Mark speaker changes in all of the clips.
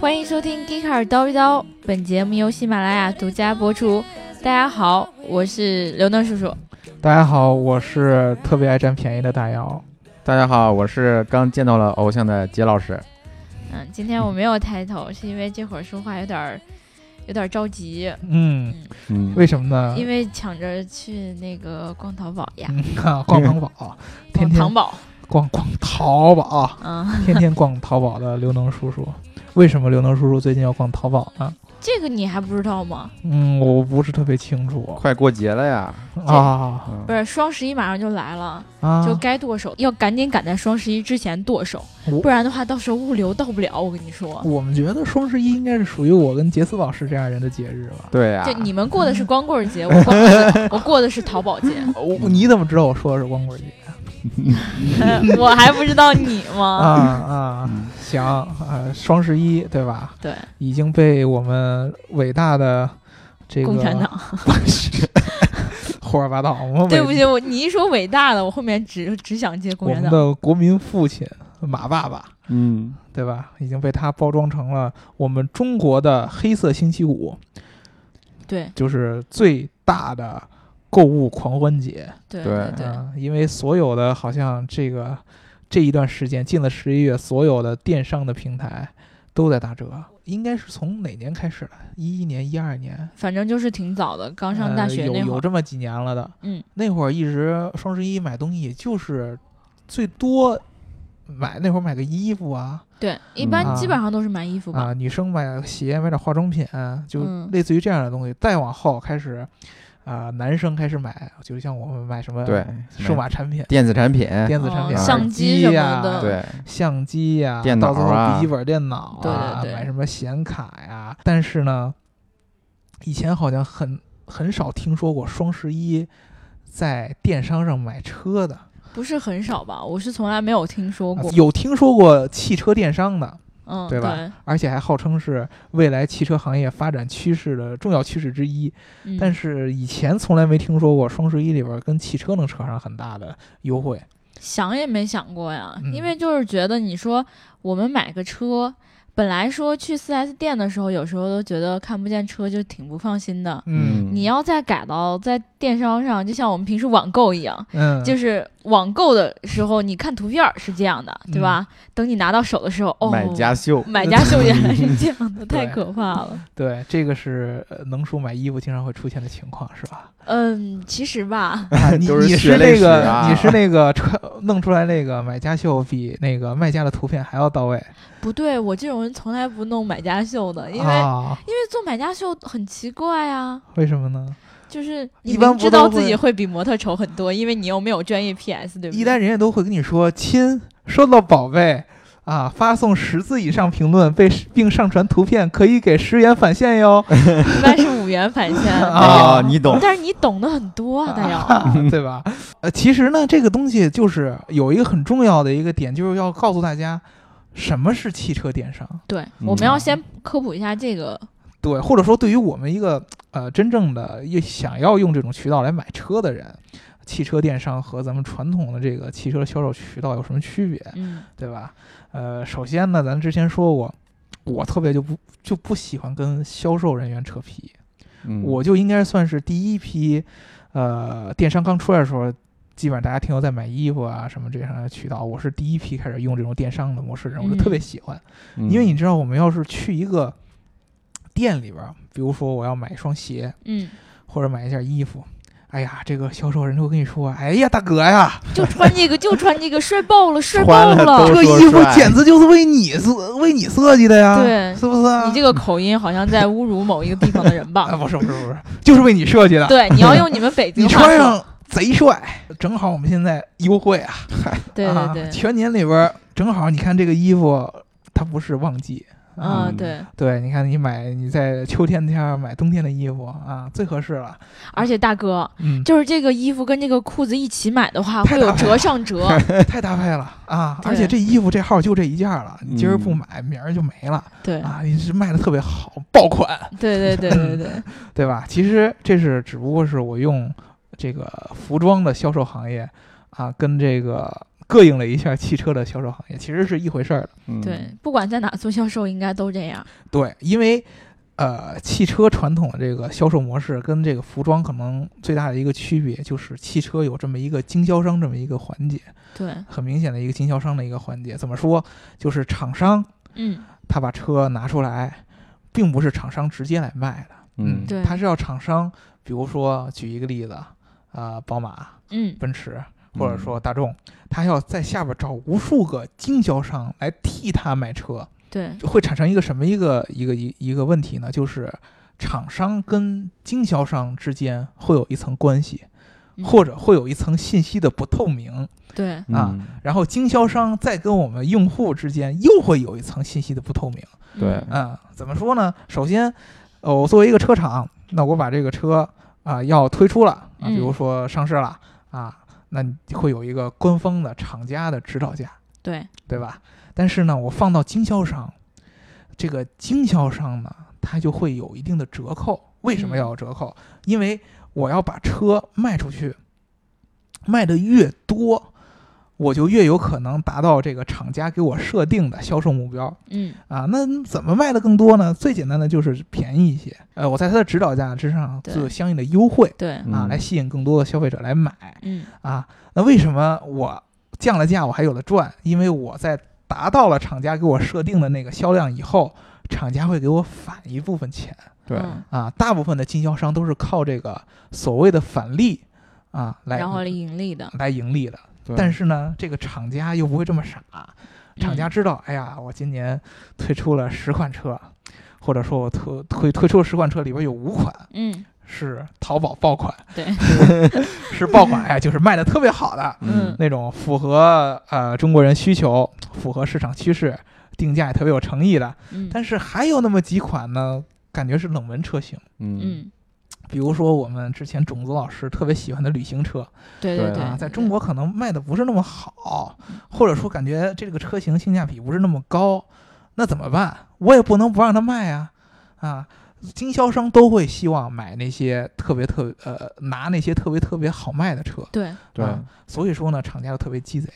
Speaker 1: 欢迎收听《g e e k e r 叨逼叨》，本节目由喜马拉雅独家播出。大家好，我是刘能叔叔。
Speaker 2: 大家好，我是特别爱占便宜的大姚。
Speaker 3: 大家好，我是刚见到了偶像的杰老师。
Speaker 1: 嗯，今天我没有抬头，是因为这会儿说话有点儿有点儿着急，
Speaker 2: 嗯，
Speaker 3: 嗯，
Speaker 2: 为什么呢？
Speaker 1: 因为抢着去那个逛淘宝呀，
Speaker 2: 嗯， 看逛淘宝， 天
Speaker 1: 逛淘
Speaker 2: 天
Speaker 1: 宝。
Speaker 2: 逛逛淘宝，
Speaker 1: 嗯，
Speaker 2: 天天逛淘宝的刘能叔叔，为什么刘能叔叔最近要逛淘宝呢？
Speaker 1: 这个你还不知道吗？
Speaker 2: 嗯，我不是特别清楚
Speaker 3: 快过节了呀，
Speaker 2: 啊
Speaker 3: 嗯
Speaker 1: 不是双十一马上就来了，
Speaker 2: 啊！
Speaker 1: 就该剁手，要赶紧赶在双十一之前剁手，
Speaker 2: 我
Speaker 1: 不然的话到时候物流到不了。我跟你说，
Speaker 2: 我们觉得双十一应该是属于我跟杰斯老师这样人的节日吧？
Speaker 3: 对啊呀、
Speaker 1: 就你们过的是光棍 节，我过的是我过的是淘宝节，
Speaker 2: 我哦你怎么知道我说的是光棍节
Speaker 1: 呃我还不知道你吗？
Speaker 2: 啊啊？行啊，双十一对吧？
Speaker 1: 对，
Speaker 2: 已经被我们伟大的这个
Speaker 1: 共产党，
Speaker 2: 胡说八道，我们伟
Speaker 1: 对不起，我你一说伟大的，我后面只只想接共
Speaker 2: 我
Speaker 1: 产
Speaker 2: 们
Speaker 1: 党。
Speaker 2: 的国民父亲马爸爸，
Speaker 3: 嗯，
Speaker 2: 对吧？已经被他包装成了我们中国的黑色星期五，
Speaker 1: 对
Speaker 2: 就是最大的购物狂欢节。
Speaker 1: 对
Speaker 3: 对
Speaker 1: 对对，
Speaker 2: 嗯因为所有的好像这个这一段时间进了十一月，所有的电商的平台都在打折。应该是从哪年开始的？一一年、一二年，
Speaker 1: 反正就是挺早的，刚上大学
Speaker 2: 呃、
Speaker 1: 那
Speaker 2: 有
Speaker 1: 会
Speaker 2: 有
Speaker 1: 儿。
Speaker 2: 这么几年了的。
Speaker 1: 嗯，
Speaker 2: 那会儿一直双十一买东西，也就是最多买那会儿买个衣服啊
Speaker 1: 对，一般
Speaker 2: 啊
Speaker 1: 基本上都是买衣服吧。
Speaker 2: 啊，女生买个鞋，买点化妆品，就
Speaker 1: 嗯
Speaker 2: 类似于这样的东西。再往后开始，啊、男生开始买，就像我们买什么
Speaker 3: 对，
Speaker 2: 数码产品、
Speaker 3: 电子产品，
Speaker 2: 电子产品、耳
Speaker 3: 哦
Speaker 1: 相机
Speaker 2: 机
Speaker 1: 什么
Speaker 2: 呀
Speaker 1: 的
Speaker 3: 对，
Speaker 2: 相机呀、
Speaker 3: 电脑
Speaker 2: 到最后
Speaker 3: 啊
Speaker 2: 笔记本电脑啊，
Speaker 1: 对对对
Speaker 2: 买什么显卡呀。但是呢，以前好像很很少听说过双十一在电商上买车的。
Speaker 1: 不是很少吧？我是从来没有听说过。
Speaker 2: 啊有听说过汽车电商的，
Speaker 1: 嗯，
Speaker 2: 对吧而且还号称是未来汽车行业发展趋势的重要趋势之一。
Speaker 1: 嗯、
Speaker 2: 但是以前从来没听说过双十一里边跟汽车能扯上很大的优惠。
Speaker 1: 想也没想过呀，
Speaker 2: 嗯
Speaker 1: 因为就是觉得你说我们买个车，本来说去 4S 店的时候，有时候都觉得看不见车就挺不放心
Speaker 2: 嗯
Speaker 1: 的。
Speaker 3: 嗯
Speaker 1: 你要再改到在电商上，就像我们平时网购一样，
Speaker 2: 嗯，
Speaker 1: 就是网购的时候，你看图片儿是这样的，
Speaker 2: 嗯
Speaker 1: 对吧？等你拿到手的时候，哦，
Speaker 3: 买家秀，
Speaker 1: 买家秀 原来是这样的，
Speaker 2: 对
Speaker 1: 太可怕了。
Speaker 2: 嗯对，这个是呃能叔买衣服经常会出现的情况，是吧？
Speaker 1: 嗯，其实 吧，
Speaker 2: 啊、你
Speaker 3: 都是
Speaker 2: 你
Speaker 3: 血
Speaker 2: 是
Speaker 3: 泪
Speaker 2: 那个、
Speaker 3: 史啊
Speaker 2: 你是那个穿弄出来那个买家秀比那个卖家的图片还要到位，
Speaker 1: 不对，我这种人从来不弄买家秀的，因为、
Speaker 2: 啊，
Speaker 1: 因为做买家秀很奇怪啊。
Speaker 2: 为什么呢？
Speaker 1: 就是你
Speaker 2: 一般
Speaker 1: 明
Speaker 2: 不
Speaker 1: 知
Speaker 2: 都
Speaker 1: 道自
Speaker 2: 会
Speaker 1: 己会比模特丑很多，因为你又没有专业 PS，对不
Speaker 2: 一
Speaker 1: 对？
Speaker 2: 般人家都会跟你说“亲，收到宝贝”，啊，发送十字以上评论被并上传图片，可以给十元返现哟，
Speaker 1: 一般是五元返现，但
Speaker 2: 啊
Speaker 3: 啊，你 懂
Speaker 1: 是，但是你懂得很多啊，大姚。
Speaker 2: 啊 对吧？呃，其实呢，这个东西就是有一个很重要的一个点，就是要告诉大家什么是汽车电商，
Speaker 1: 对，
Speaker 3: 嗯
Speaker 1: 我们要先科普一下这个，
Speaker 2: 对，或者说对于我们一个呃真正的也想要用这种渠道来买车的人。汽车电商和咱们传统的这个汽车销售渠道有什么区别？
Speaker 1: 嗯
Speaker 2: 对吧？呃，首先呢，咱之前说过，我特别就不就不喜欢跟销售人员扯皮，
Speaker 3: 嗯
Speaker 2: 我就应该算是第一批，呃，电商刚出来的时候，基本上大家停留在买衣服啊什么这样的渠道，我是第一批开始用这种电商的模式，我就特别喜欢，
Speaker 3: 嗯
Speaker 2: 因为你知道，我们要是去一个店里边儿，比如说我要买一双鞋
Speaker 1: 嗯，
Speaker 2: 或者买一件衣服。哎呀，这个销售人就会跟你说：“哎呀，大哥呀，
Speaker 1: 就穿这个， 就穿这个，帅爆了，帅爆
Speaker 3: 穿了
Speaker 2: 这
Speaker 3: 都
Speaker 2: 个
Speaker 3: 说
Speaker 2: 衣服
Speaker 3: 帅
Speaker 2: 简直就是为你设为你设计的呀，
Speaker 1: 对
Speaker 2: 是不是啊？
Speaker 1: 你这个口音好像在侮辱某一个地方的人
Speaker 2: 啊，
Speaker 1: 吧？
Speaker 2: 不是不是不是，就是为你设计的。
Speaker 1: 对，你要用你们北京
Speaker 2: 你
Speaker 1: 话
Speaker 2: 穿
Speaker 1: 说。
Speaker 2: 上贼帅，正好我们现在优惠啊！
Speaker 1: 对
Speaker 2: 啊
Speaker 1: 对对，
Speaker 2: 全年里边儿正好，你看这个衣服，它不是旺季啊。
Speaker 1: 嗯
Speaker 3: 嗯
Speaker 1: 对，
Speaker 2: 对，你看你买你在秋天天儿买冬天的衣服啊，最合适了。
Speaker 1: 而且大哥，
Speaker 2: 嗯，
Speaker 1: 就是这个衣服跟这个裤子一起买的话，
Speaker 2: 太
Speaker 1: 会有
Speaker 2: 大牌
Speaker 1: 折上 折。
Speaker 2: 太搭配了啊！
Speaker 1: 对
Speaker 2: 而且这衣服这号就这一件儿了，你今儿不
Speaker 3: 嗯
Speaker 2: 买，明儿就没了
Speaker 1: 对
Speaker 2: 啊！你是卖的特别好，爆款。
Speaker 1: 对对对对对，
Speaker 2: 对吧？其实这是只不过是我用这个服装的销售行业啊，跟这个膈应了一下汽车的销售行业，其实是一回事儿的。
Speaker 3: 嗯，
Speaker 1: 对，不管在哪做销售，应该都这样。
Speaker 2: 对，因为呃，汽车传统的这个销售模式跟这个服装可能最大的一个区别就是汽车有这么一个经销商这么一个环节，
Speaker 1: 对，
Speaker 2: 很明显的一个经销商的一个环节。怎么说？就是厂商
Speaker 1: 嗯，
Speaker 2: 他把车拿出来，并不是厂商直接来卖的，
Speaker 3: 嗯，
Speaker 1: 对，
Speaker 2: 他是要厂商，比如说举一个例子，啊、宝马、
Speaker 1: 嗯，
Speaker 2: 奔驰。或者说大众，他要在下边找无数个经销商来替他卖车，
Speaker 1: 对，
Speaker 2: 会产生一个什么一个一个一一个问题呢？就是厂商跟经销商之间会有一层关系，
Speaker 1: 嗯
Speaker 2: 或者会有一层信息的不透明，
Speaker 1: 对，
Speaker 3: 嗯
Speaker 2: 啊，然后经销商再跟我们用户之间又会有一层信息的不透明。
Speaker 1: 嗯
Speaker 3: 对
Speaker 2: 嗯，怎么说呢？首先，呃，我作为一个车厂，那我把这个车啊、要推出了啊，
Speaker 1: 嗯
Speaker 2: 比如说上市了啊，那你会有一个官方的厂家的指导价。
Speaker 1: 对，
Speaker 2: 对吧？但是呢，我放到经销商，这个经销商呢，它就会有一定的折扣。为什么要有折扣？因为我要把车卖出去，卖的越多，我就越有可能达到这个厂家给我设定的销售目标
Speaker 1: 嗯，
Speaker 2: 啊。那怎么卖的更多呢？最简单的就是便宜一些，呃，我在它的指导价之上
Speaker 1: 对
Speaker 2: 做相应的优惠
Speaker 1: 对，
Speaker 2: 啊，
Speaker 3: 嗯
Speaker 2: 来吸引更多的消费者来买。
Speaker 1: 嗯，
Speaker 2: 啊，那为什么我降了价我还有的赚？因为我在达到了厂家给我设定的那个销量以后，厂家会给我返一部分钱
Speaker 3: 对，
Speaker 1: 嗯
Speaker 2: 啊。大部分的经销商都是靠这个所谓的返利啊来
Speaker 1: 然后来盈利的，
Speaker 2: 来盈利的。
Speaker 3: 对
Speaker 2: 但是呢，这个厂家又不会这么傻，厂家
Speaker 1: 嗯
Speaker 2: 知道，哎呀，我今年推出了十款车，或者说我推推推出了十款车里边有五款
Speaker 1: 嗯，
Speaker 2: 是淘宝爆款，
Speaker 1: 对，
Speaker 2: 是爆款，哎，就是卖的特别好的。
Speaker 1: 嗯
Speaker 2: 那种符合呃中国人需求、符合市场趋势、定价也特别有诚意的。
Speaker 1: 嗯，
Speaker 2: 但是还有那么几款呢，感觉是冷门车型，
Speaker 3: 嗯
Speaker 1: 嗯，
Speaker 2: 比如说我们之前种子老师特别喜欢的旅行车
Speaker 1: 对
Speaker 3: 对
Speaker 1: 对
Speaker 2: 啊，，在中国可能卖的不是那么好，或者说感觉这个车型性价比不是那么高，那怎么办？我也不能不让他卖啊，啊。经销商都会希望买那些特别特呃拿那些特别特别好卖的车，
Speaker 1: 对，
Speaker 3: 对，
Speaker 2: 啊所以说呢，厂家就特别鸡贼。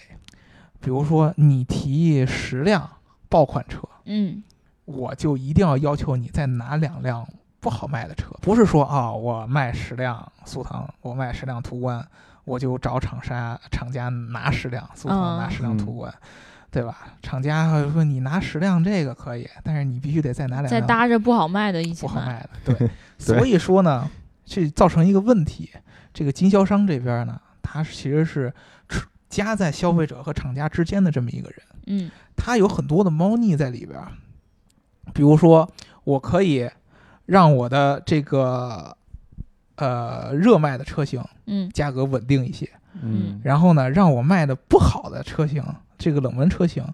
Speaker 2: 比如说，你提议十辆爆款车，
Speaker 1: 嗯，
Speaker 2: 我就一定要要求你再拿两辆不好卖的车。不是说啊、我卖十辆速腾，我卖十辆途观，我就找厂商厂家拿十辆速腾，
Speaker 1: 嗯
Speaker 2: 拿十辆途观，对吧？厂家会说你拿十辆这个可以，但是你必须得再拿两
Speaker 1: 再
Speaker 2: 辆
Speaker 1: 搭着不好卖的一起
Speaker 2: 不好
Speaker 1: 卖，
Speaker 2: 卖的。对，所以说呢，这造成一个问题，这个经销商这边呢，他其实是处夹在消费者和厂家之间的这么一个人，
Speaker 1: 嗯，
Speaker 2: 他有很多的猫腻在里边儿。比如说，我可以让我的这个呃热卖的车型
Speaker 1: 嗯，
Speaker 2: 价格稳定一些，
Speaker 3: 嗯，
Speaker 2: 然后呢，让我卖的不好的车型，这个冷门车型，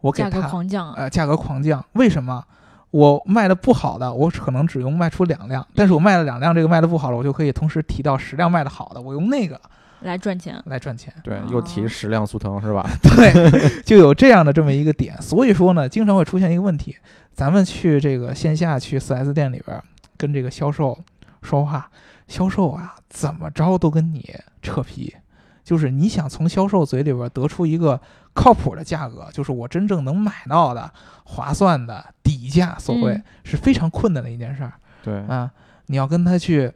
Speaker 2: 我给
Speaker 1: 价格
Speaker 2: 它
Speaker 1: 狂降啊，
Speaker 2: 呃价格狂降。为什么？我卖的不好的，我可能只用卖出两辆，但是我卖了两辆，这个卖的不好的，我就可以同时提到十辆卖的好的，我用那个
Speaker 1: 来赚钱，
Speaker 2: 来赚钱。
Speaker 3: 对，又提十辆速腾是吧？
Speaker 2: 对，就有这样的这么一个点。所以说呢，经常会出现一个问题，咱们去这个线下去 4S 店里边儿跟这个销售说话，销售啊怎么着都跟你扯皮，就是你想从销售嘴里边儿得出一个靠谱的价格，就是我真正能买到的、划算的底价，所谓、
Speaker 1: 嗯
Speaker 2: 是非常困难的一件事儿
Speaker 3: 对，
Speaker 2: 啊。你要跟他去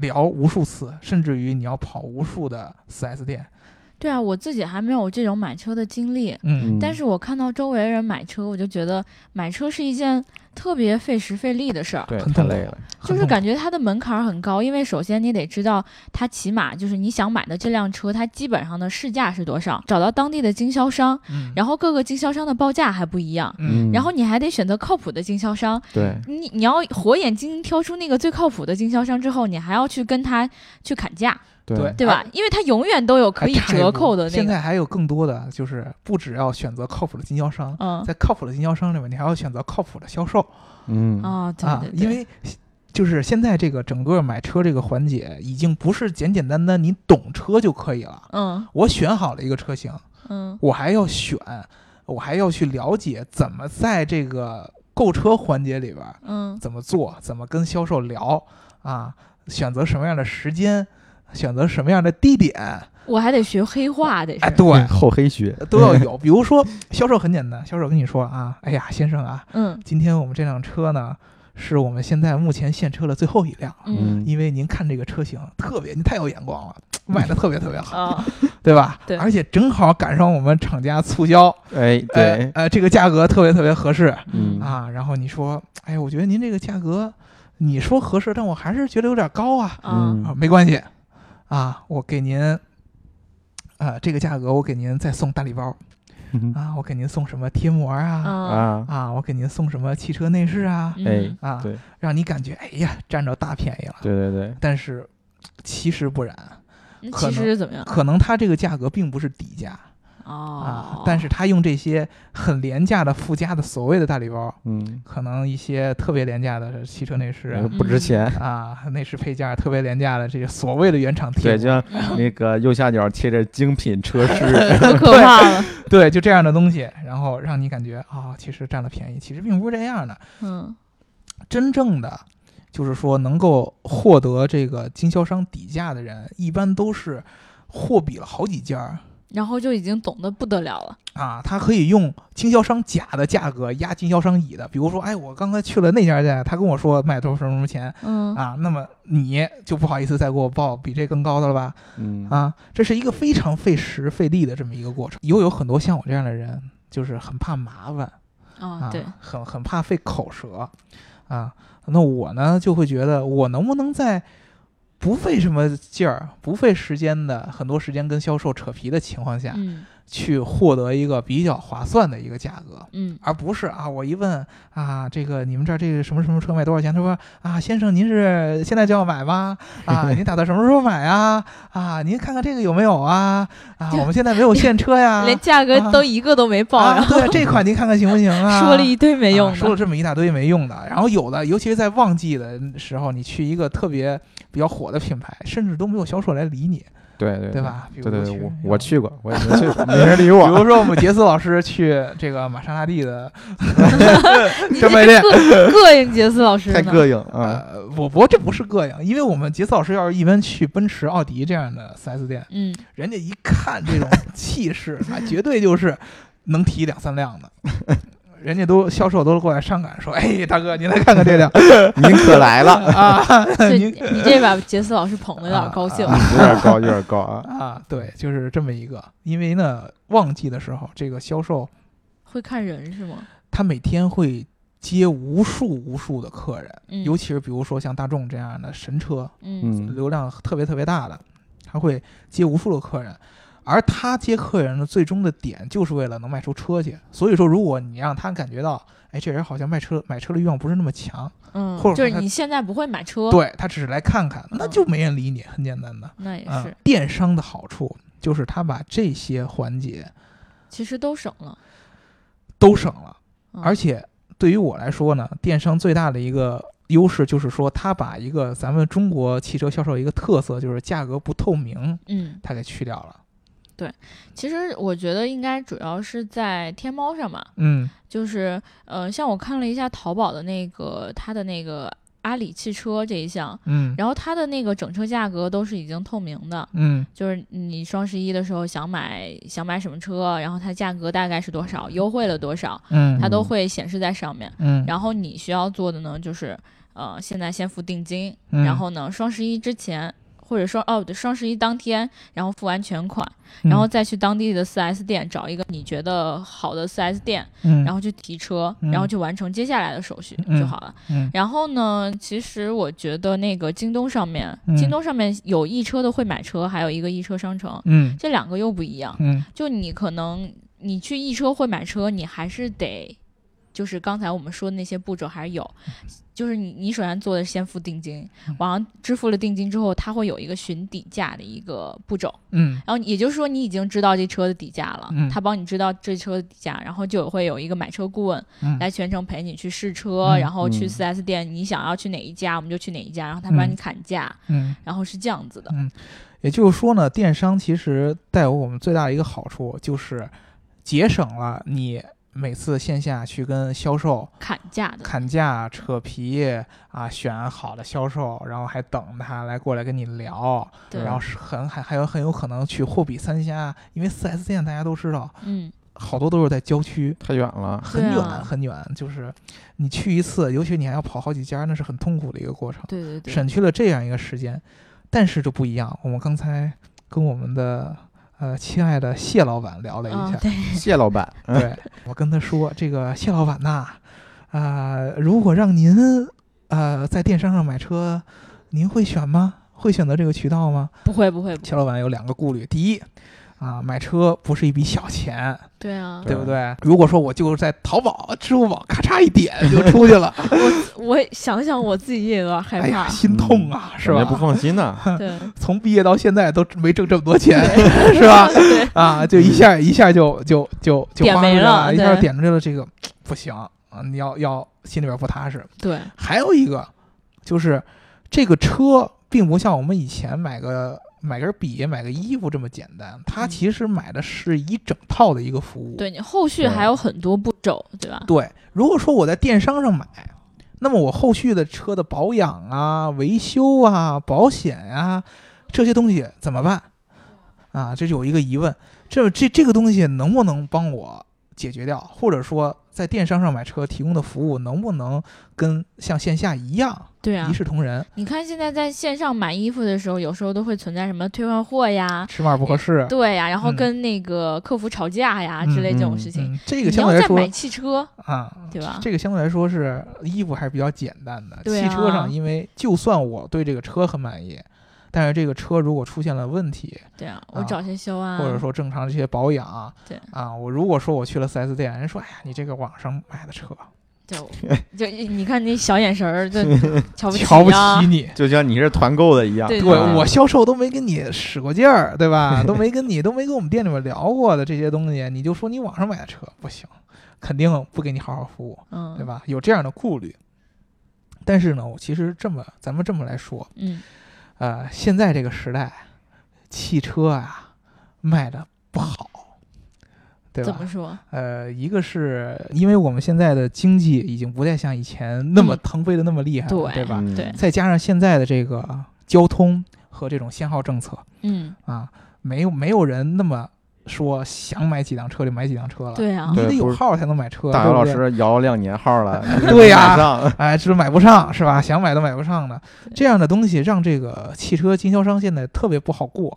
Speaker 2: 聊无数次，甚至于你要跑无数的 4S 店，
Speaker 1: 对啊，我自己还没有这种买车的经历，
Speaker 2: 嗯，
Speaker 1: 但是我看到周围人买车，我就觉得买车是一件特别费时费力的事儿。
Speaker 3: 对
Speaker 2: 很
Speaker 3: 太
Speaker 2: 痛
Speaker 3: 累
Speaker 2: 苦
Speaker 3: 了，
Speaker 2: 很
Speaker 1: 就是
Speaker 2: 痛苦
Speaker 1: 感觉它的门槛儿很高，因为首先你得知道它起码就是你想买的这辆车，它基本上的市价是多少，找到当地的经销商，
Speaker 2: 嗯
Speaker 1: 然后各个经销商的报价还不一样，
Speaker 2: 嗯，
Speaker 1: 然后你还得选择靠谱的经销商，
Speaker 3: 对，
Speaker 1: 你你要火眼金睛挑出那个最靠谱的经销商之后，你还要去跟他去砍价，
Speaker 2: 对
Speaker 1: 对吧？因为他永远都有可以
Speaker 2: 哎还差一
Speaker 1: 折
Speaker 2: 步
Speaker 1: 扣的那
Speaker 2: 现
Speaker 1: 个，
Speaker 2: 在还有更多的，就是不只要选择靠谱的经销商，
Speaker 1: 嗯
Speaker 2: 在靠谱的经销商里面，你还要选择靠谱的销售
Speaker 3: 嗯，
Speaker 1: 啊，对
Speaker 2: 啊
Speaker 1: 对，对，
Speaker 2: 因为。就是现在这个整个买车这个环节，已经不是简简单单你懂车就可以了。
Speaker 1: 嗯
Speaker 2: 我选好了一个车型，
Speaker 1: 嗯
Speaker 2: 我还要选，我还要去了解怎么在这个购车环节里边儿
Speaker 1: 嗯
Speaker 2: 怎么做，怎么跟销售聊啊，选择什么样的时间，选择什么样的地点，
Speaker 1: 我还得学黑话，得是。
Speaker 2: 哎，对，
Speaker 3: 厚黑学，
Speaker 2: 都要有。比如说销售很简单，销售跟你说啊，哎呀，先生啊，
Speaker 1: 嗯
Speaker 2: 今天我们这辆车呢，是我们现在目前现车的最后一辆，
Speaker 1: 嗯
Speaker 2: 因为您看这个车型特别，您太有眼光了，卖的特别特别好，
Speaker 1: 啊，
Speaker 2: 对吧？
Speaker 1: 对
Speaker 2: 而且正好赶上我们厂家促销，
Speaker 3: 哎，
Speaker 2: 呃
Speaker 3: 对，
Speaker 2: 呃，这个价格特别特别合适
Speaker 3: 嗯
Speaker 2: 啊。然后你说，哎，我觉得您这个价格，你说合适，但我还是觉得有点高啊。
Speaker 1: 啊
Speaker 3: 嗯
Speaker 2: 啊，没关系，啊，我给您，啊、这个价格我给您再送大礼包
Speaker 3: 嗯
Speaker 2: 啊，我给您送什么贴膜啊，
Speaker 1: 啊
Speaker 3: 啊，
Speaker 2: 啊，我给您送什么汽车内饰啊，
Speaker 3: 哎
Speaker 1: 嗯，
Speaker 2: 啊
Speaker 3: 对，
Speaker 2: 让你感觉哎呀占着大便宜了。
Speaker 3: 对对对，
Speaker 2: 但是其实不然，
Speaker 1: 那
Speaker 2: 可
Speaker 1: 嗯其
Speaker 2: 能
Speaker 1: 实怎么样？
Speaker 2: 可能他这个价格并不是底价
Speaker 1: 哦
Speaker 2: 啊，，但是他用这些很廉价的附加的所谓的大礼包，
Speaker 3: 嗯，
Speaker 2: 可能一些特别廉价的汽车内饰啊
Speaker 3: 呃不值钱，
Speaker 2: 啊，内饰配件儿特别廉价的这些所谓的原厂贴膜
Speaker 3: 对，就像那个右下角贴着精品车 饰，
Speaker 1: 可可怕了，
Speaker 2: 对，就这样的东西，然后让你感觉啊、其实占了便宜，其实并不是这样的。
Speaker 1: 嗯
Speaker 2: 真正的就是说，能够获得这个经销商底价的人，一般都是货比了好几家儿
Speaker 1: 然后就已经懂得不得了了。
Speaker 2: 啊，他可以用经销商甲的价格压经销商乙的。比如说，哎，我刚才去了那家店，他跟我说卖多少什么什么钱
Speaker 1: 嗯
Speaker 2: 啊，那么你就不好意思再给我报比这更高的了吧？
Speaker 3: 嗯，
Speaker 2: 啊，这是一个非常费时费力的这么一个过程。又有很多像我这样的人，就是很怕麻烦。
Speaker 1: 啊
Speaker 2: 啊，
Speaker 1: 对，
Speaker 2: 很很怕费口舌啊。那我呢就会觉得，我能不能在不费什么劲儿、不费时间的很多时间跟销售扯皮的情况下，
Speaker 1: 嗯
Speaker 2: 去获得一个比较划算的一个价格？
Speaker 1: 嗯，
Speaker 2: 而不是啊，我一问啊，这个你们这儿这个什么什么车卖多少钱？他说啊，先生您是现在就要买吗？啊，您打算什么时候买啊？啊，您看看这个有没有啊？啊，我们现在没有现车 呀
Speaker 1: 连价格
Speaker 2: 啊
Speaker 1: 都一个都没报，
Speaker 2: 啊
Speaker 1: 然，
Speaker 2: 对这款您看看行不行啊？
Speaker 1: 后 说了一堆没用
Speaker 2: 啊说
Speaker 1: 的
Speaker 2: 了。这么一大堆没用的。然后有的，尤其是在旺季的时候，你去一个特别比较火的品牌，甚至都没有销售来理你，
Speaker 3: 对对
Speaker 2: 对？吧？比如
Speaker 3: 对对对，
Speaker 2: 去哎
Speaker 3: 我我。去过，我也没去，没人理
Speaker 2: 比如
Speaker 3: 我，
Speaker 2: 说，我们杰斯老师去这个玛莎拉蒂 的，
Speaker 1: 你这
Speaker 3: 真没
Speaker 1: 是
Speaker 3: 练
Speaker 1: 膈膈应杰斯老师呢
Speaker 3: 太膈应啊，
Speaker 2: 呃，我不，这不是膈应，因为我们杰斯老师要是一般去奔驰、奥迪这样的 4S 店，
Speaker 1: 嗯，
Speaker 2: 人家一看 这种气势，那绝对就是能提两三辆的，人家都销售都过来上赶说：“哎，大哥，您来看看这辆
Speaker 3: 您可来了，
Speaker 2: 啊，
Speaker 1: 这
Speaker 2: 您
Speaker 1: 你这把杰斯老师捧的有点高兴。
Speaker 2: 啊
Speaker 3: 有点高，有点高啊，
Speaker 2: 啊，对，就是这么一个。因为呢，旺季的时候，这个销售
Speaker 1: 会看人是吗？
Speaker 2: 他每天会接无数无数的客人，
Speaker 1: 嗯，
Speaker 2: 尤其是比如说像大众这样的神车，
Speaker 1: 嗯
Speaker 3: 嗯，
Speaker 2: 流量特别特别大的，他会接无数的客人。而他接客人的最终的点，就是为了能卖出车去。所以说，如果你让他感觉到，哎，这人好像卖车买车的欲望不是那么强，
Speaker 1: 嗯
Speaker 2: 或者，
Speaker 1: 就是
Speaker 2: 他
Speaker 1: 你现在不会买车，，
Speaker 2: 对他只是来看看，那就没人理你，很简单的。
Speaker 1: 那哦也
Speaker 2: 啊
Speaker 1: 是，，
Speaker 2: 电商的好处就是他把这些环节
Speaker 1: 其实都省了。
Speaker 2: 都省了。
Speaker 1: 嗯
Speaker 2: 而且对于我来说呢，电商最大的一个优势就是说，它把一个咱们中国汽车销售一个特色，就是价格不透明，
Speaker 1: 嗯，
Speaker 2: 它给去掉了。
Speaker 1: 其实我觉得应该主要是在天猫上嘛，
Speaker 2: 嗯
Speaker 1: 就是呃，像我看了一下淘宝的那个它的那个阿里汽车这一项，
Speaker 2: 嗯
Speaker 1: 然后它的那个整车价格都是已经透明的，
Speaker 2: 嗯
Speaker 1: 就是你双十一的时候想买想买什么车，然后它价格大概是多少，优惠了多少，
Speaker 2: 嗯
Speaker 1: 它都会显示在上面。
Speaker 2: 嗯，
Speaker 1: 然后你需要做的呢，就是呃，现在先付定金，
Speaker 2: 嗯
Speaker 1: 然后呢，双十一之前或者说哦，对，双十一当天，然后付完全款，
Speaker 2: 嗯
Speaker 1: 然后再去当地的 4S 店找一个你觉得好的 4S 店，
Speaker 2: 嗯，
Speaker 1: 然后去提车，
Speaker 2: 嗯
Speaker 1: 然后去完成接下来的手续
Speaker 2: 嗯
Speaker 1: 就好了。
Speaker 2: 嗯
Speaker 1: 然后呢，其实我觉得那个京东上面，
Speaker 2: 嗯
Speaker 1: 京东上面有易车的会买车，还有一个易车商城，
Speaker 2: 嗯
Speaker 1: 这两个又不一样。
Speaker 2: 嗯
Speaker 1: 就你可能你去易车会买车，你还是得，就是刚才我们说的那些步骤还是有，就是你你首先做的是先付定金
Speaker 2: 嗯，
Speaker 1: 网上支付了定金之后，它会有一个询底价的一个步骤，
Speaker 2: 嗯
Speaker 1: 然后也就是说你已经知道这车的底价了
Speaker 2: 嗯，
Speaker 1: 他帮你知道这车的底价，然后就会有一个买车顾问
Speaker 2: 嗯，
Speaker 1: 来全程陪你去试车，
Speaker 2: 嗯
Speaker 1: 然后去
Speaker 3: 嗯
Speaker 1: 4S 店，你想要去哪一家我们就去哪一家，然后他帮
Speaker 2: 嗯
Speaker 1: 你砍价，
Speaker 2: 嗯，
Speaker 1: 然后是这样子的，
Speaker 2: 也就是说呢，电商其实带给我们最大的一个好处就是节省了你每次线下去跟销售
Speaker 1: 砍价的，
Speaker 2: 砍价、扯皮啊，选好的销售，然后还等他来过来跟你聊，
Speaker 1: 对，
Speaker 2: 然后是很还还有很有可能去货比三家，因为四 S 店大家都知道，
Speaker 1: 嗯，
Speaker 2: 好多都是在郊区，
Speaker 3: 太远 了，
Speaker 2: 很
Speaker 1: 对
Speaker 2: 远、
Speaker 1: 啊
Speaker 2: 很远，就是你去一次，尤其你还要跑好几家，那是很痛苦的一个过程，
Speaker 1: 对对对，
Speaker 2: 省去了这样一个时间，但是就不一样。我们刚才跟我们的呃亲爱的谢老板聊了一
Speaker 1: 嗯
Speaker 2: 下，，
Speaker 1: 对，
Speaker 3: 谢老板，嗯
Speaker 2: 对 我跟他说，这个谢老板呐，啊、如果让您呃在电商上买车，您会选吗？会选择这个渠道吗？
Speaker 1: 不会不会，不会
Speaker 2: 谢老板有两个顾虑，第一，啊、买车不是一笔小钱，
Speaker 1: 对啊，
Speaker 2: 对不对？如果说我就是在淘宝、支付宝咔嚓 一点就出去了，
Speaker 1: 我想想我自己也有点害
Speaker 2: 哎呀，
Speaker 1: 怕，嗯
Speaker 2: 心痛啊，是吧
Speaker 3: 感觉？不放心呐，
Speaker 2: 哎
Speaker 1: 对，
Speaker 2: 从毕业到现在都没挣这么多钱， 是吧？
Speaker 1: 对，嗯
Speaker 2: 啊，就一下一下就就就就
Speaker 1: 点
Speaker 2: 花
Speaker 1: 没
Speaker 2: 出去
Speaker 1: 了
Speaker 2: 一下
Speaker 1: 对
Speaker 2: 就点出去了，这个不行啊，你要要心里边不踏实。
Speaker 1: 对，
Speaker 2: 还有一个就是这个车并不像我们以前买个买根笔、买个衣服这么简单，它
Speaker 1: 嗯
Speaker 2: 其实买的是一整套的一个服务。
Speaker 1: 对你后续还有很多步骤，对吧？
Speaker 2: 对，如果说我在电商上买，那么我后续的车的保养啊、维修啊、保险啊这些东西怎么办？啊，这就有一个疑问，这这这个东西能不能帮我解决掉？或者说，在电商上买车提供的服务能不能跟像线下一样
Speaker 1: 对啊
Speaker 2: 一，视同仁？
Speaker 1: 你看现在在线上买衣服的时候，有时候都会存在什么退换货呀，
Speaker 2: 尺码不合适，
Speaker 1: 对啊呀，然后
Speaker 2: 嗯
Speaker 1: 跟那个客服吵架呀之类这种事情。
Speaker 2: 嗯，这
Speaker 1: 你
Speaker 2: 个相
Speaker 1: 要
Speaker 2: 对来
Speaker 1: 再买
Speaker 2: 说
Speaker 1: 汽车，
Speaker 2: 啊，
Speaker 1: 对吧？
Speaker 2: 这个相对来说是衣服还是比较简单的。
Speaker 1: 对啊
Speaker 2: 汽车上，因为就算我对这个车很满意，但是这个车如果出现了问题，
Speaker 1: 对啊，我
Speaker 2: 啊
Speaker 1: 找谁修啊？
Speaker 2: 或者说正常这些保养，
Speaker 1: 对
Speaker 2: 啊，我如果说我去了 4S 店，人说哎呀，你这个网上买的车
Speaker 1: 就就你看那小眼神儿， 就瞧不
Speaker 2: 瞧不
Speaker 1: 起啊
Speaker 2: 起你。
Speaker 3: 就像你是团购的一样，
Speaker 1: 对
Speaker 2: 对
Speaker 1: 啊
Speaker 2: 我销售都没跟你使过劲儿，对吧？都没跟你都没跟我们店里面聊过的这些东西，你就说你网上买的车不行，肯定不给你好好服务，
Speaker 1: 嗯，
Speaker 2: 对？吧？有这样的顾虑。但是呢，我其实这么咱们这么来说，
Speaker 1: 嗯，
Speaker 2: 呃，现在这个时代，汽车啊卖的不好，对
Speaker 1: 怎
Speaker 2: 吧
Speaker 1: 么？说？
Speaker 2: 呃，一个是因为我们现在的经济已经不再像以前那么
Speaker 1: 嗯
Speaker 2: 腾飞的那么厉害了，
Speaker 1: 对
Speaker 2: 对吧？
Speaker 3: 嗯
Speaker 1: 对
Speaker 2: 再加上现在的这个交通和这种限号政策
Speaker 1: 嗯，
Speaker 2: 啊，没有没有人那么说想买几辆车就买几辆车了，
Speaker 1: 对啊
Speaker 2: 你，得
Speaker 3: 对不
Speaker 2: 有
Speaker 3: 是
Speaker 2: 号才能买车，
Speaker 3: 大
Speaker 2: 对
Speaker 3: 姚
Speaker 2: 不
Speaker 3: 老
Speaker 2: 对
Speaker 3: 师摇亮年号了，
Speaker 2: 对呀
Speaker 3: 马上
Speaker 2: 哎，这都买不上是吧？想买都买不上的，这样的东西让这个汽车经销商现在特别不好过。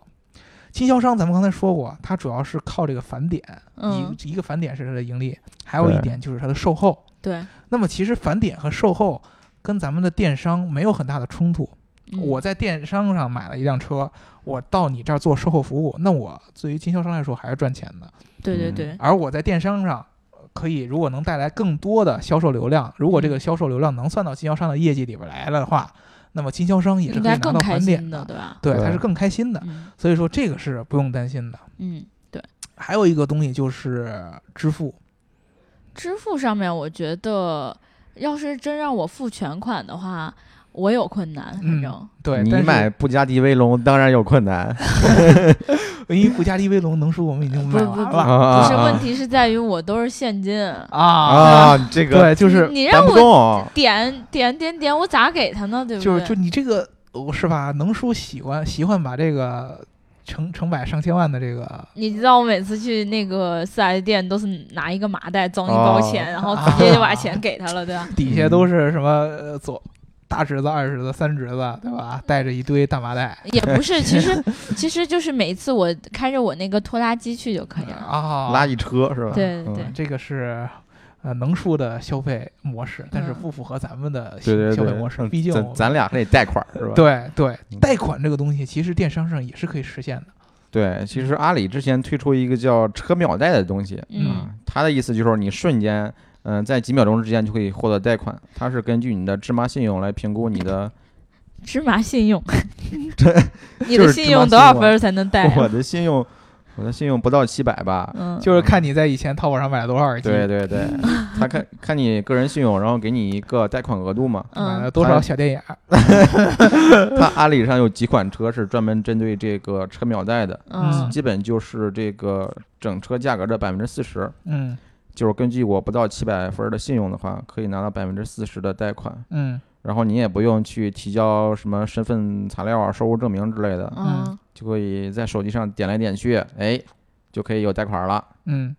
Speaker 2: 经销商咱们刚才说过，它主要是靠这个返点，
Speaker 1: 嗯，
Speaker 2: 一一个返点是它的盈利，还有一
Speaker 3: 对
Speaker 2: 点就是它的售后。
Speaker 1: 对，
Speaker 2: 那么其实返点和售后跟咱们的电商没有很大的冲突。
Speaker 1: 嗯
Speaker 2: 我在电商上买了一辆车，我到你这儿做售后服务，那我对于经销商来说还是赚钱的。
Speaker 1: 对对对，
Speaker 2: 而我在电商上呃可以，如果能带来更多的销售流量，如果
Speaker 1: 嗯
Speaker 2: 这个销售流量能算到经销商的业绩里边来了的话，那么经销商也是
Speaker 1: 应
Speaker 2: 可以
Speaker 1: 该
Speaker 2: 拿到
Speaker 1: 更开
Speaker 2: 返点
Speaker 1: 心的，。对吧？
Speaker 2: 对，
Speaker 3: 对
Speaker 2: 他是更开心的，
Speaker 1: 嗯
Speaker 2: 所以说这个是不用担心的。
Speaker 1: 嗯，对。
Speaker 2: 还有一个东西就是支付，
Speaker 1: 支付上面，我觉得要是真让我付全款的话，我有困难，反
Speaker 2: 嗯
Speaker 1: 正、
Speaker 2: 对，
Speaker 3: 你
Speaker 2: 但是
Speaker 3: 买布加迪威龙当然有困难，
Speaker 2: 因为布加迪威龙能说我们已经买
Speaker 1: 不不
Speaker 2: 完
Speaker 1: 不
Speaker 2: 了
Speaker 1: 不
Speaker 3: 不
Speaker 1: 是问题是在于我都是现金，
Speaker 2: 啊？
Speaker 3: 啊啊，你这个
Speaker 2: 对，就是
Speaker 1: 你你
Speaker 3: 搬
Speaker 1: 让
Speaker 3: 不
Speaker 1: 我
Speaker 3: 动，啊
Speaker 1: 点点点点，我咋给他呢？对不
Speaker 2: 就
Speaker 1: 对？
Speaker 2: 是就你这个我是吧？能叔喜欢喜欢把这个成成百上千万的这个
Speaker 1: 你知道我每次去那个四 S 店都是拿一个麻
Speaker 2: 哦
Speaker 1: 袋装一包钱，然
Speaker 2: 啊
Speaker 1: 后直接就把钱给他了，对吧？
Speaker 2: 底下
Speaker 3: 嗯
Speaker 2: 都是什么呃左大侄子、二侄子、三侄子，对
Speaker 1: 嗯
Speaker 2: 吧？带着一堆大麻袋
Speaker 1: 也不是，其实其实就是每一次我开着我那个拖拉机去就可以了。
Speaker 2: 啊，
Speaker 3: 拉一车是吧？
Speaker 1: 对
Speaker 3: 嗯
Speaker 1: 对对
Speaker 2: 这个是。呃，能叔的消费模式，但是
Speaker 1: 嗯
Speaker 2: 不符合咱们的消
Speaker 3: 对对
Speaker 2: 消
Speaker 3: 对
Speaker 2: 费模式。
Speaker 3: 嗯
Speaker 2: 毕竟我
Speaker 3: 咱咱俩还得贷款是吧？
Speaker 2: 对对
Speaker 3: 嗯
Speaker 2: 贷款这个东西，其实电商上也是可以实现的。
Speaker 3: 对，其实阿里之前推出一个叫车秒贷的东西，
Speaker 1: 嗯
Speaker 3: 啊，它的意思就是你瞬间，嗯、在几秒钟之间就可以获得贷款，它是根据你的芝麻信用来评估你的
Speaker 1: 芝麻信用，你
Speaker 3: 就
Speaker 1: 的
Speaker 3: 是
Speaker 1: 信
Speaker 3: 芝麻
Speaker 1: 用
Speaker 3: 信
Speaker 1: 多少
Speaker 3: 用啊
Speaker 1: 分儿才能贷啊？
Speaker 3: 我的信用，我的信用不到七百吧？
Speaker 1: 嗯，
Speaker 2: 就是看你在以前淘宝上买了多少耳机，
Speaker 3: 对 对对，他看看你个人信用，然后给你一个贷款额度嘛。
Speaker 2: 买了
Speaker 1: 嗯，
Speaker 2: 多少小电影儿。
Speaker 3: 它阿里上有几款车是专门针对这个车秒贷的，
Speaker 1: 嗯
Speaker 2: 嗯
Speaker 3: 基本就是这个整车价格的百分之四十。
Speaker 2: 嗯
Speaker 3: 就是根据我不到七百分儿的信用的话，可以拿到百分之四十的贷款，
Speaker 2: 嗯
Speaker 3: 然后你也不用去提交什么身份材料啊、收入证明之类的，
Speaker 1: 嗯
Speaker 3: 就可以在手机上点来点去，哎，就可以有贷款了，
Speaker 2: 嗯，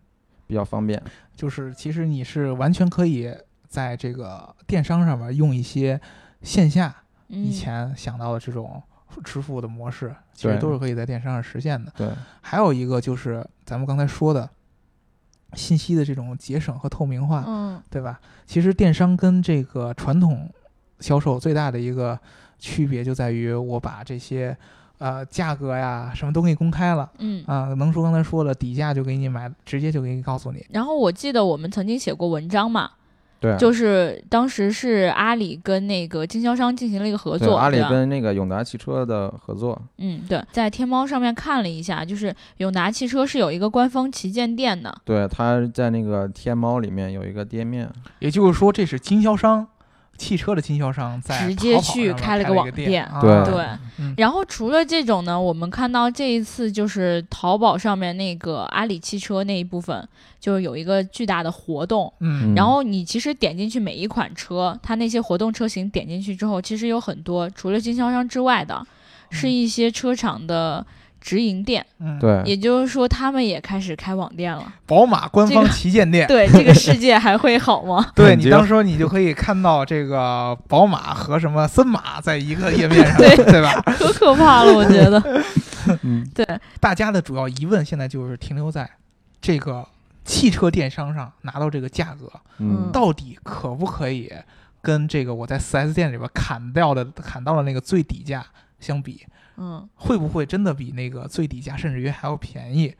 Speaker 3: 比较方便。
Speaker 2: 就是其实你是完全可以在这个电商上面用一些线下
Speaker 1: 嗯，
Speaker 2: 以前想到的这种支付的模式，其实
Speaker 3: 对
Speaker 2: 都是可以在电商上实现的。
Speaker 3: 对，
Speaker 2: 还有一个就是咱们刚才说的信息的这种节省和透明
Speaker 3: 啊
Speaker 2: 化，
Speaker 1: 嗯
Speaker 2: 对吧？其实电商跟这个传统销售最大的一个区别就在于，我把这些呃价格呀什么都给你公开了
Speaker 1: 嗯。
Speaker 2: 啊、能叔刚才说了，底价就给你买，直接就给你告诉你。
Speaker 1: 然后我记得我们曾经写过文章嘛，
Speaker 3: 对，啊
Speaker 1: 就是当时是阿里跟那个经销商进行了一个合
Speaker 3: 对
Speaker 1: 作，
Speaker 3: 阿里
Speaker 1: 对吧啊
Speaker 3: 跟那个永达汽车的合作，
Speaker 1: 嗯对，在天猫上面看了一下，就是永达汽车是有一个官方旗舰店的，
Speaker 3: 对，它在那个天猫里面有一个店面，
Speaker 2: 也就是说，这是经销商，汽车的经销商在
Speaker 1: 直接
Speaker 2: 淘宝
Speaker 1: 去
Speaker 2: 上面
Speaker 1: 开
Speaker 2: 开
Speaker 1: 了个
Speaker 2: 一
Speaker 1: 网
Speaker 2: 店
Speaker 1: 店
Speaker 2: 啊、
Speaker 3: 对
Speaker 1: 对。
Speaker 2: 嗯
Speaker 1: 然后除了这种呢，我们看到这一次就是淘宝上面那个阿里汽车那一部分，就是有一个巨大的活动。
Speaker 2: 嗯
Speaker 1: 然后你其实点进去每一款车，它那些活动车型点进去之后，其实有很多除了经销商之外的，是一些车厂的直营店，
Speaker 2: 嗯，
Speaker 3: 对，
Speaker 1: 也就是说他们也开始开网店了。
Speaker 2: 宝马官方
Speaker 1: 这个
Speaker 2: 旗舰店。
Speaker 1: 对，这个世界还会好吗？
Speaker 2: 对
Speaker 3: 肯
Speaker 2: 你
Speaker 3: 定
Speaker 2: 当时候你就可以看到这个宝马和什么森马在一个页面上，
Speaker 1: 对
Speaker 2: 对吧？
Speaker 1: 可可怕了，我觉 得。
Speaker 3: 嗯，
Speaker 2: 大家的主要疑问现在就是停留在这个汽车电商上拿到这个价格，
Speaker 1: 嗯
Speaker 3: 嗯，
Speaker 2: 到底可不可以跟这个我在 4S 店里边砍掉的砍到的那个最底价相比，
Speaker 1: 嗯
Speaker 2: 会不会真的比那个最底价甚至于还要便宜？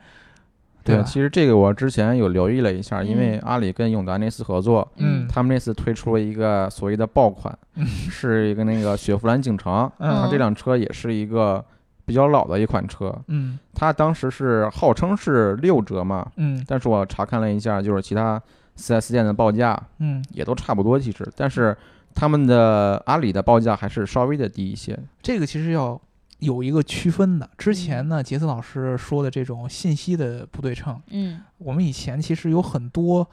Speaker 3: 对，
Speaker 2: 吧？
Speaker 3: 其实这个我之前有留意了一下，因为
Speaker 1: 嗯
Speaker 3: 阿里跟永达那次合作，
Speaker 2: 嗯
Speaker 3: 他们那次推出了一个所谓的爆款， 是一个那个雪佛兰景城，它
Speaker 2: 嗯
Speaker 1: 嗯
Speaker 3: 这辆车也是一个比较老的一款车，
Speaker 2: 嗯
Speaker 3: 它当时是号称是六折嘛，
Speaker 2: 嗯
Speaker 3: 但是我查看了一下，就是其他 4S 店的报价
Speaker 2: 嗯，
Speaker 3: 也都差不多，其实，但是他们的阿里的报价还是稍微的低一些。
Speaker 2: 这个其实要。有一个区分的，之前呢，杰斯老师说的这种信息的不对称，
Speaker 1: 嗯
Speaker 2: 我们以前其实有很多，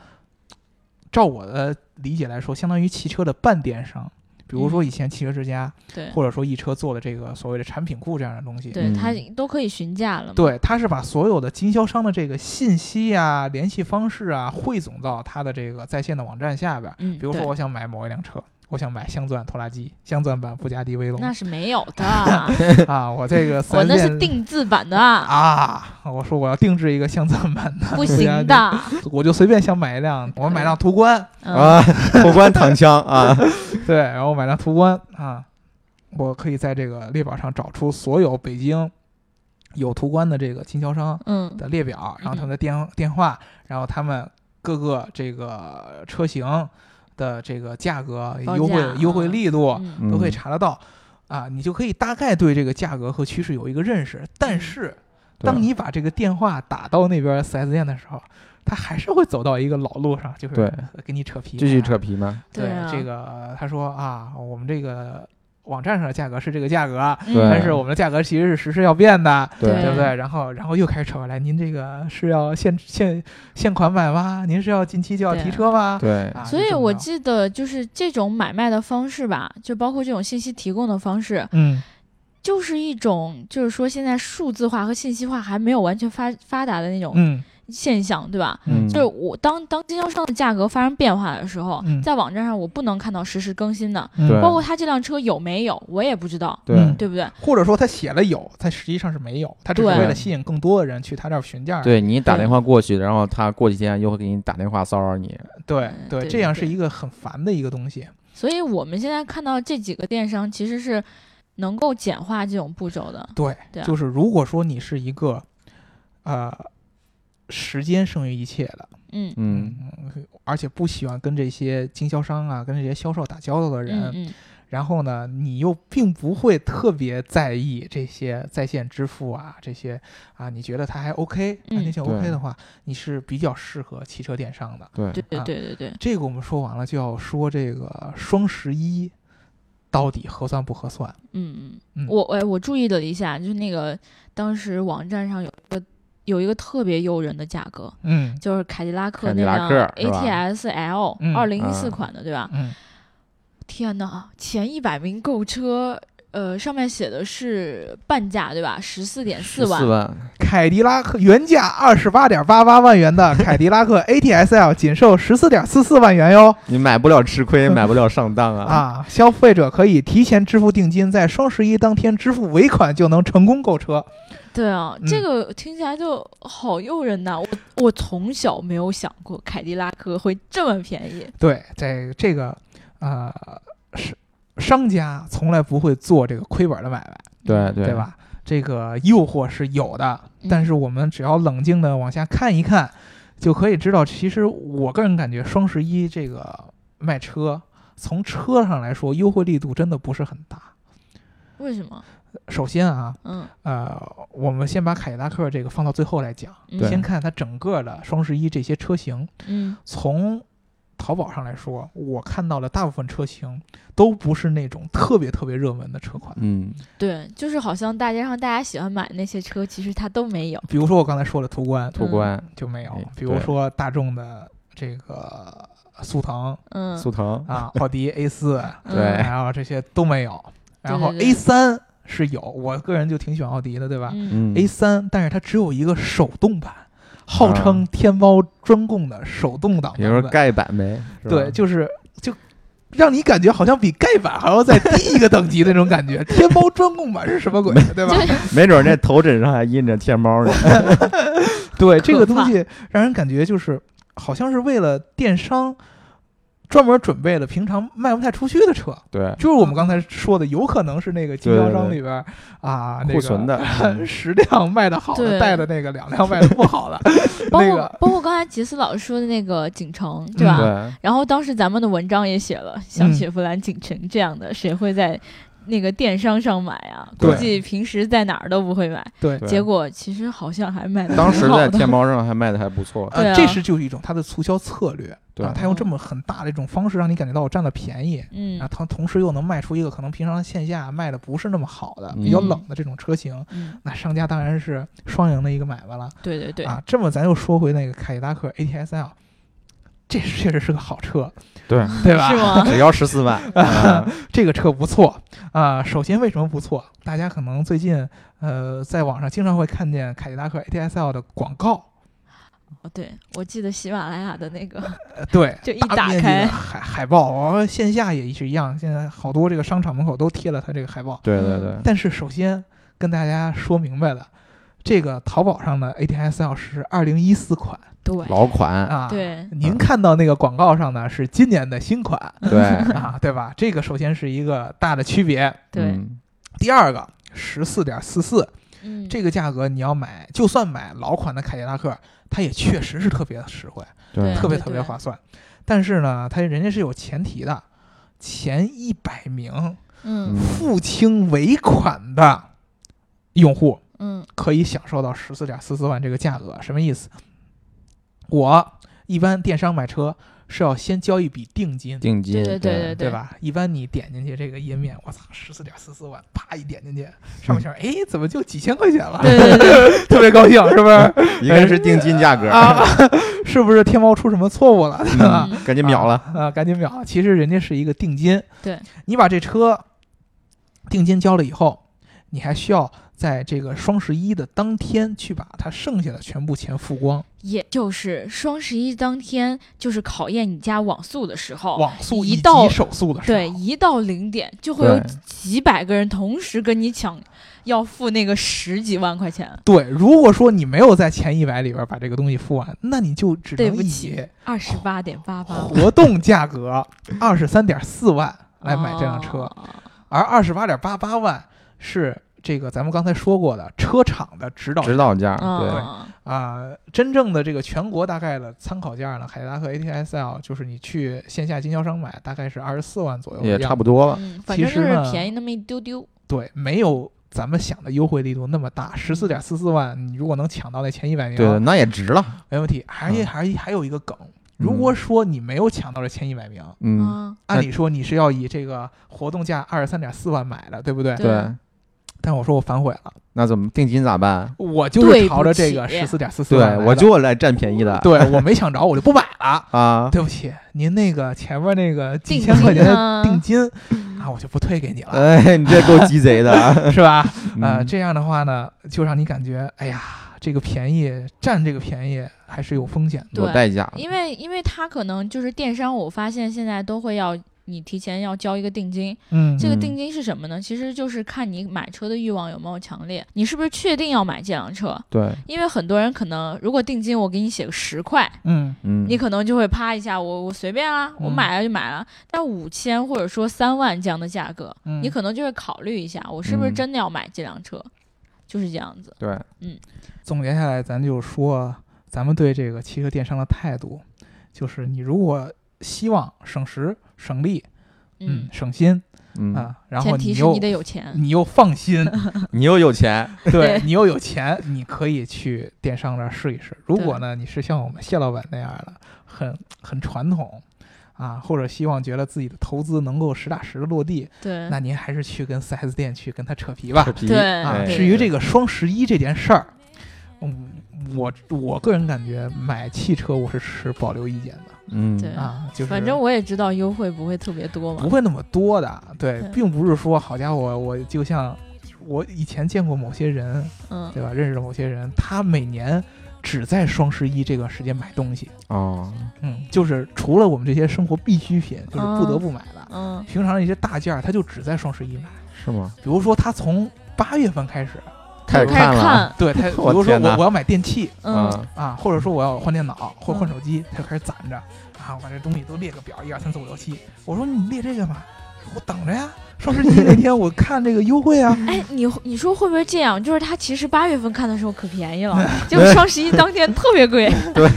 Speaker 2: 照我的理解来说，相当于汽车的半电商，比如说
Speaker 1: 嗯
Speaker 2: 以前汽车之家，
Speaker 1: 对
Speaker 2: 或者说易车做的这个所谓的产品库这样的东西。
Speaker 1: 对，它
Speaker 3: 嗯
Speaker 1: 都可以询价了嘛。
Speaker 2: 对，它是把所有的经销商的这个信息啊、联系方式啊，汇总到它的这个在线的网站下边。
Speaker 1: 嗯，
Speaker 2: 比如说，
Speaker 1: 对
Speaker 2: 我想买某一辆车，我想买镶钻拖拉机、镶钻版布加迪威龙
Speaker 1: 那是没有 的，
Speaker 2: 啊，我这个
Speaker 1: 我
Speaker 2: 4S
Speaker 1: 那是
Speaker 2: 店
Speaker 1: 定制版的 啊，
Speaker 2: 啊，我说我要定制一个镶钻版的，
Speaker 1: 不行的。
Speaker 2: 我就随便想买一辆，我买辆途观，
Speaker 1: 嗯，，
Speaker 3: 过关啊躺枪啊！
Speaker 2: 对，然后买辆途观啊，我可以在这个列表上找出所有北京有途观的这个经销商
Speaker 1: 嗯
Speaker 2: 的列表，然后他们的电电话，然后他们各个这个车型的这个价格、
Speaker 1: 报
Speaker 2: 优惠
Speaker 1: 价
Speaker 2: 优惠力度
Speaker 1: 嗯
Speaker 2: 都可以查得到。啊，你就可以大概对这个价格和趋势有一个认识，
Speaker 1: 嗯
Speaker 2: 但是当你把这个电话打到那边 4S 店的时候，他还是会走到一个老路上，就是
Speaker 3: 对
Speaker 2: 给你扯皮，
Speaker 3: 继续扯皮嘛，
Speaker 1: 对
Speaker 2: 对
Speaker 1: 啊
Speaker 2: 这个，他说啊，我们这个网站上的价格是这个价格啊，
Speaker 1: 嗯
Speaker 3: 对
Speaker 2: 但是我们的价格其实是实时要变的，对
Speaker 1: 对
Speaker 2: 不对？然后，然后又开始扯回来，您这个是要现现现款买吗？您是要近期就要提车吗？
Speaker 3: 对，
Speaker 2: 啊，
Speaker 1: 所
Speaker 2: 就
Speaker 1: 以
Speaker 2: 这么
Speaker 1: 我
Speaker 2: 着
Speaker 1: 记得就是这种买卖的方式吧，就包括这种信息提供的方式，
Speaker 2: 嗯
Speaker 1: 就是一种就是说现在数字化和信息化还没有完全发发达的
Speaker 3: 哦
Speaker 1: 那种
Speaker 2: 嗯
Speaker 1: 现象，对吧？
Speaker 3: 嗯，
Speaker 1: 就是我当当经销商的价格发生变化的时候，
Speaker 2: 嗯
Speaker 1: 在网站上我不能看到实时更新的，
Speaker 2: 嗯
Speaker 3: 对
Speaker 1: 包括他这辆车有没有我也不知道，
Speaker 3: 对
Speaker 2: 嗯
Speaker 1: 对不对？
Speaker 2: 或者说他写了有，他实际上是没有，他只是
Speaker 1: 对
Speaker 2: 为了吸引更多的人去他这儿询价。
Speaker 3: 对，你打电话过去，然后他过几天又会给你打电话骚扰你。
Speaker 2: 对
Speaker 1: 嗯
Speaker 2: 对，
Speaker 1: 对
Speaker 2: 这样
Speaker 1: 对
Speaker 2: 是一个很烦的一个东西。
Speaker 1: 所以我们现在看到这几个电商其实是能够简化这种步骤的，
Speaker 2: 对，
Speaker 1: 对啊
Speaker 2: 就是如果说你是一个，呃，时间胜于一切的。
Speaker 1: 嗯
Speaker 3: 嗯，
Speaker 2: 嗯，而且不喜欢跟这些经销商啊、跟这些销售打交道的人，
Speaker 1: 嗯嗯，
Speaker 2: 然后呢，你又并不会特别在意这些在线支付啊这些啊，你觉得它还 OK，
Speaker 1: 嗯
Speaker 2: 安全性
Speaker 3: 对
Speaker 2: OK 的话，你是比较适合汽车电商的。
Speaker 3: 对
Speaker 1: 对，对
Speaker 2: 啊
Speaker 1: 对对对，
Speaker 2: 这个我们说完了，就要说这个双十一到底合算不合算？
Speaker 1: 嗯嗯
Speaker 2: 嗯，
Speaker 1: 我哎，我注意了一下，就是那个当时网站上有一个有一个特别诱人的价格，
Speaker 2: 嗯
Speaker 1: 就是凯迪拉克
Speaker 3: 凯迪
Speaker 1: 那
Speaker 3: 拉
Speaker 1: 辆
Speaker 3: 克是吧
Speaker 1: ATS L
Speaker 2: 嗯
Speaker 1: 二零一四
Speaker 3: 啊
Speaker 1: 款的，对吧？
Speaker 2: 嗯
Speaker 1: 天哪，前一百名购车，呃，上面写的是半价，对吧？十四点四万
Speaker 3: 四，万，
Speaker 2: 凯迪拉克原价二十八点八八万元的凯迪拉克 ATS-L 仅售十四点四四万元哟
Speaker 3: 你买不了吃亏，买不了上当啊！
Speaker 2: 啊！消费者可以提前支付定金，在双十一当天支付尾款就能成功购车。
Speaker 1: 对啊，
Speaker 2: 嗯
Speaker 1: 这个听起来就好诱人呐、我我从小没有想过凯迪拉克会这么便宜。
Speaker 2: 对，这这个呃是商家从来不会做这个亏本的买卖，
Speaker 3: 对
Speaker 1: 嗯
Speaker 3: 对
Speaker 2: 对？吧？这个诱惑是有的，但是我们只要冷静的往下看一看，就可以知道，其实我个人感觉双十一这个卖车，从车上来说，优惠力度真的不是很大。
Speaker 1: 为什么？
Speaker 2: 首先啊，
Speaker 1: 嗯，
Speaker 2: 呃，我们先把凯迪拉克这个放到最后来讲，
Speaker 1: 嗯
Speaker 3: 对
Speaker 2: 先看它整个的双十一这些车型。
Speaker 1: 嗯
Speaker 2: 从淘宝上来说，我看到的大部分车型都不是那种特别特别热门的车款。
Speaker 3: 嗯，
Speaker 1: 对，就是好像大街上大家喜欢买的那些车，其实它都没有。
Speaker 2: 比如说我刚才说的途观
Speaker 3: 途观、
Speaker 2: 就没有
Speaker 3: 哎，
Speaker 2: 比如
Speaker 3: 对
Speaker 2: 说大众的这个速腾
Speaker 1: 嗯，
Speaker 3: 速腾，
Speaker 2: 啊、奥迪 A 四，
Speaker 1: 嗯
Speaker 3: 对
Speaker 2: 然后这些都没有。然后
Speaker 1: 对
Speaker 2: A
Speaker 1: 对对
Speaker 2: 三是有，我个人就挺喜欢奥迪的，对吧？
Speaker 1: 嗯，
Speaker 3: 嗯
Speaker 2: A 三，但是它只有一个手动版，号称天猫专供的手动挡
Speaker 3: 啊也就是
Speaker 2: 版
Speaker 3: 说
Speaker 2: 本。
Speaker 3: 盖板呗，是吧
Speaker 2: 对，就是就让你感觉好像比盖板还要再低一个等级那种 感觉。天猫专供版是什么鬼，啊对吧？
Speaker 3: 没准儿那头枕上还印着天猫呢。
Speaker 2: 对，这个
Speaker 1: 可
Speaker 2: 东
Speaker 1: 怕
Speaker 2: 西让人感觉就是好像是为了电商专门准备了平常卖不太出去的车，
Speaker 3: 对，
Speaker 2: 就是我们刚才说的，有可能是那个经销商里边儿啊那
Speaker 3: 库存
Speaker 2: 个。
Speaker 3: 的，嗯
Speaker 2: 十辆卖的好的，
Speaker 1: 对
Speaker 2: 带的那个两辆卖的不好的，
Speaker 1: 包
Speaker 2: 那
Speaker 1: 括
Speaker 2: 个
Speaker 1: 包括刚才杰斯老师说的那个景城，对吧？
Speaker 3: 对，
Speaker 1: 然后当时咱们的文章也写了，像
Speaker 2: 嗯
Speaker 1: 雪佛兰景城这样的，谁会在那个电商上买啊？
Speaker 2: 对
Speaker 1: 估计平时在哪儿都不会买。
Speaker 2: 对
Speaker 3: 对
Speaker 1: 结果其实好像还卖的
Speaker 3: 当时在天猫上还卖的还不错。
Speaker 1: 对
Speaker 2: 呃，
Speaker 1: 啊
Speaker 2: 这是就是一种它的促销策略，
Speaker 3: 对
Speaker 2: 啊，它用这么很大的一种方式让你感觉到我占了便宜，
Speaker 1: 嗯
Speaker 2: 啊，它同时又能卖出一个可能平常线下卖的不是那么好的、
Speaker 3: 嗯
Speaker 2: 比较冷的这种车型，
Speaker 1: 嗯，
Speaker 2: 那商家当然是双赢的一个买卖了
Speaker 1: 对对对，
Speaker 2: 啊。这么咱又说回那个凯迪拉克 ATS-L，这确实是个 好车，
Speaker 3: 对，
Speaker 2: 对吧？
Speaker 1: 是 吗？
Speaker 3: 只要十四万，啊
Speaker 2: 这个车不错啊、首先，为什么不错？大家可能最近呃，在网上经常会看见凯迪拉克 ATS-L 的广告，
Speaker 1: 哦，对，我记得喜马拉雅的那个，
Speaker 2: 呃、对，
Speaker 1: 就一
Speaker 2: 大
Speaker 1: 打
Speaker 2: 面积
Speaker 1: 开
Speaker 2: 的海海报，然后线下也是一样，现在好多这个商场门口都贴了它这个海报。
Speaker 3: 对对对，
Speaker 2: 但是首先跟大家说明白了，这个淘宝上的 ATS-L 是二零一四款
Speaker 1: 对
Speaker 3: 老款，
Speaker 2: 啊，，
Speaker 1: 对，
Speaker 2: 您看到那个广告上呢是今年的新款
Speaker 3: 对
Speaker 2: 啊，对吧？这个首先是一个大的区别。
Speaker 1: 对，
Speaker 3: 嗯
Speaker 2: 第二个，十四点四四
Speaker 1: 嗯，
Speaker 2: 这个价格，你要买，就算买老款的凯迪拉克，它也确实是特别实惠，
Speaker 1: 对
Speaker 2: 特别
Speaker 1: 嗯对
Speaker 2: 特别划算。但是呢，它人家是有前提的，前一百名
Speaker 1: 嗯
Speaker 3: 嗯
Speaker 2: 付清尾款的用户，
Speaker 1: 嗯
Speaker 2: 可以享受到十四点四四万这个价格，什么意思？我一般电商买车是要先交一笔定金，
Speaker 3: 定金，
Speaker 1: 对对对对
Speaker 2: 对吧？一般你点进去这个页面，我操，十四点四四万，啪一点进去，上面想，哎，怎么就几千块钱了？
Speaker 1: 对 对对，
Speaker 2: 特别高兴，是不是？
Speaker 3: 应该是定金价格，
Speaker 2: 啊，是不是天猫出什么错误了？对吧？
Speaker 1: 嗯
Speaker 3: 赶紧秒了，
Speaker 2: 啊，赶紧秒！其实人家是一个定金，
Speaker 1: 对
Speaker 2: 你把这车定金交了以后，你还需要在这个双十一的当天去把它剩下的全部钱付光。
Speaker 1: 也就是双十一当天，就是考验你家网速的时候。
Speaker 2: 网速
Speaker 1: 哦一
Speaker 2: 以及
Speaker 1: 到
Speaker 2: 手速的时候，
Speaker 1: 对，一到零点就会有
Speaker 3: 对
Speaker 1: 几百个人同时跟你抢，要付那个十几万块钱，
Speaker 2: 对如果说你没有在前一百里边把这个东西付完，那你就只
Speaker 1: 对
Speaker 2: 能
Speaker 1: 不
Speaker 2: 以哦
Speaker 1: 起二十八点八 八
Speaker 2: 活动价格二十三点四万来买这辆
Speaker 1: 哦
Speaker 2: 车，啊而二十八点八八万是这个咱们刚才说过的车厂的指导
Speaker 3: 指导价，对，
Speaker 1: 啊，
Speaker 2: 啊、真正的这个全国大概的参考价呢，凯迪拉克 ATS-L 就是你去线下经销商买，大概是二十四万左右的
Speaker 3: 也
Speaker 2: 样子，
Speaker 3: 差不多了，
Speaker 1: 嗯，反
Speaker 2: 其
Speaker 1: 正就
Speaker 2: 实
Speaker 1: 是
Speaker 2: 呢
Speaker 1: 便宜那么一丢丢。
Speaker 2: 对，没有咱们想的优惠力度那么大，十四点四四万，你如果能抢到那前一百名，
Speaker 3: 对对，那也值了，
Speaker 2: 没问题。而且
Speaker 3: 嗯
Speaker 2: 还还有一个梗，如果说你没有抢到这前一百名，
Speaker 3: 嗯，
Speaker 1: 啊，
Speaker 2: 按理说你是要以这个活动价二十三点四万买的，对不对？
Speaker 1: 对
Speaker 3: 对，
Speaker 2: 但我说我反悔了，
Speaker 3: 那怎么定金咋办？
Speaker 2: 我就是
Speaker 1: 对
Speaker 2: 朝着这
Speaker 1: 不
Speaker 2: 个
Speaker 1: 起
Speaker 2: 十四点四四，
Speaker 3: 对我就来占便宜的，
Speaker 2: 对我没抢着，我就不买了。
Speaker 3: 啊，
Speaker 2: 对不起，您那个前面那个几
Speaker 1: 定
Speaker 2: 千块
Speaker 1: 金
Speaker 2: 钱的
Speaker 1: 呢
Speaker 2: 定金啊，我就不退给你了，
Speaker 3: 哎，你这够鸡贼的啊，
Speaker 2: 是吧？呃，
Speaker 3: 嗯
Speaker 2: 这样的话呢，就让你感觉，哎呀，这个便宜占这个便宜还是有风险的。
Speaker 3: 有
Speaker 1: 对
Speaker 3: 代价，
Speaker 1: 因为因为他可能就是电商，我发现现在都会要你提前要交一个定金，
Speaker 2: 嗯
Speaker 1: 这个
Speaker 3: 嗯
Speaker 1: 定金是什么呢？其实就是看你买车的欲望有没有强烈，你是不是确定要买这辆车？
Speaker 3: 对，
Speaker 1: 因为很多人可能，如果定金我给你写个十块，
Speaker 2: 嗯
Speaker 3: 嗯，
Speaker 1: 你可能就会啪一下，我我随便啊，我
Speaker 2: 嗯
Speaker 1: 买了就买了。但五千或者说三万这样的价格，
Speaker 2: 嗯，
Speaker 1: 你可能就会考虑一下，我是不是
Speaker 3: 嗯
Speaker 1: 真的要买这辆车？就是这样子。
Speaker 3: 对，
Speaker 2: 总结下来，咱就说咱们对这个汽车电商的态度，就是你如果希望省时、省力、
Speaker 1: 嗯，
Speaker 2: 省心
Speaker 3: 嗯，
Speaker 2: 啊，然后
Speaker 1: 前提
Speaker 2: 你
Speaker 1: 是
Speaker 2: 又嗯
Speaker 1: 你得有钱。
Speaker 2: 你又放 心，
Speaker 3: 你又有钱，
Speaker 2: 对
Speaker 1: 对
Speaker 2: 你又有钱，你可以去电商那儿试一试。如果呢，你是像我们谢老板那样的，很很传统。啊，或者希望觉得自己的投资能够实打实的落地，
Speaker 1: 对
Speaker 2: 那您还是去跟 4S 店去跟他扯皮吧。
Speaker 1: 嗯对
Speaker 2: 啊，
Speaker 3: 哎
Speaker 2: 至于这个双十一这件事儿，嗯，我我个人感觉买汽车我是持保留意见的
Speaker 3: 嗯，
Speaker 1: 对
Speaker 2: 啊，就是
Speaker 1: 反正我也知道优惠不会特别多
Speaker 2: 不
Speaker 1: 嘛。
Speaker 2: 会那么多的，对，
Speaker 1: 对
Speaker 2: 并不是说好家伙，我就像我以前见过某些人，
Speaker 1: 嗯，
Speaker 2: 对吧？认识的某些人，他每年只在双十一这个时间买东西，
Speaker 3: 哦，
Speaker 2: 嗯，就是除了我们这些生活必需品，就是不得不买的，
Speaker 1: 嗯
Speaker 2: 平常的一些大件儿，他就只在双十一买。
Speaker 3: 是吗？
Speaker 2: 比如说，他从八月份开始，
Speaker 3: 开始
Speaker 1: 开始
Speaker 3: 看了，
Speaker 1: 看，
Speaker 2: 对 他，比
Speaker 3: 我
Speaker 2: 如说
Speaker 3: 天
Speaker 2: 我
Speaker 3: 哪
Speaker 2: 我要买电器，
Speaker 1: 嗯，
Speaker 2: 啊，或者说我要换电脑或
Speaker 1: 嗯
Speaker 2: 者换手机，他就开始攒着啊，我这东西都列个表，一二三四五六七。我说你列这个嘛，我等着呀，双十一那天我看这个优惠啊。
Speaker 1: 哎，你你说会不会这样？就是他其实八月份看的时候可便宜了，结果双十一当天特别贵。
Speaker 3: 对，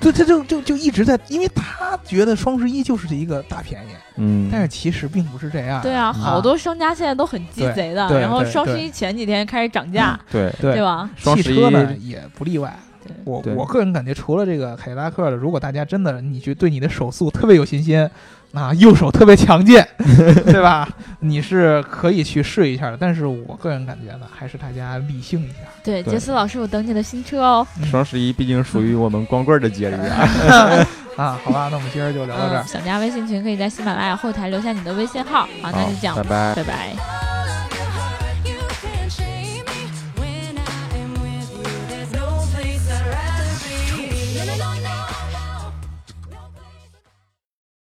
Speaker 2: 对，他就就就一直在，因为他觉得双十一就是一个大便宜，
Speaker 3: 嗯，
Speaker 2: 但是其实并不是这样。
Speaker 1: 对啊，好多商家现在都很鸡贼的，
Speaker 2: 对对
Speaker 1: 然后
Speaker 2: 对
Speaker 1: 双十
Speaker 2: 对
Speaker 1: 一前几天开始涨价，
Speaker 3: 对，
Speaker 2: 对
Speaker 1: 对吧？
Speaker 3: 双
Speaker 2: 汽
Speaker 3: 十
Speaker 2: 车呢
Speaker 3: 一，
Speaker 2: 也不例外。
Speaker 1: 对
Speaker 2: 我
Speaker 3: 对
Speaker 2: 我个人感觉，除了这个凯迪拉克的，如果大家真的你去对你的手速特别有信心，啊，右手特别强 健，对吧？你是可以去试一下的。但是我个人感觉呢，还是大家理性一下。
Speaker 1: 对，
Speaker 3: 对
Speaker 1: 杰斯老师，我等你的新车哦。
Speaker 3: 双十一毕竟属于我们光棍儿的节日啊，
Speaker 2: 啊，好吧，那我们今儿就聊到这儿
Speaker 1: 嗯，。想加微信群可以在喜马拉雅后台留下你的微信号。好，那
Speaker 3: 好
Speaker 1: 就这样，
Speaker 3: 拜拜。
Speaker 1: 拜拜
Speaker 4: 「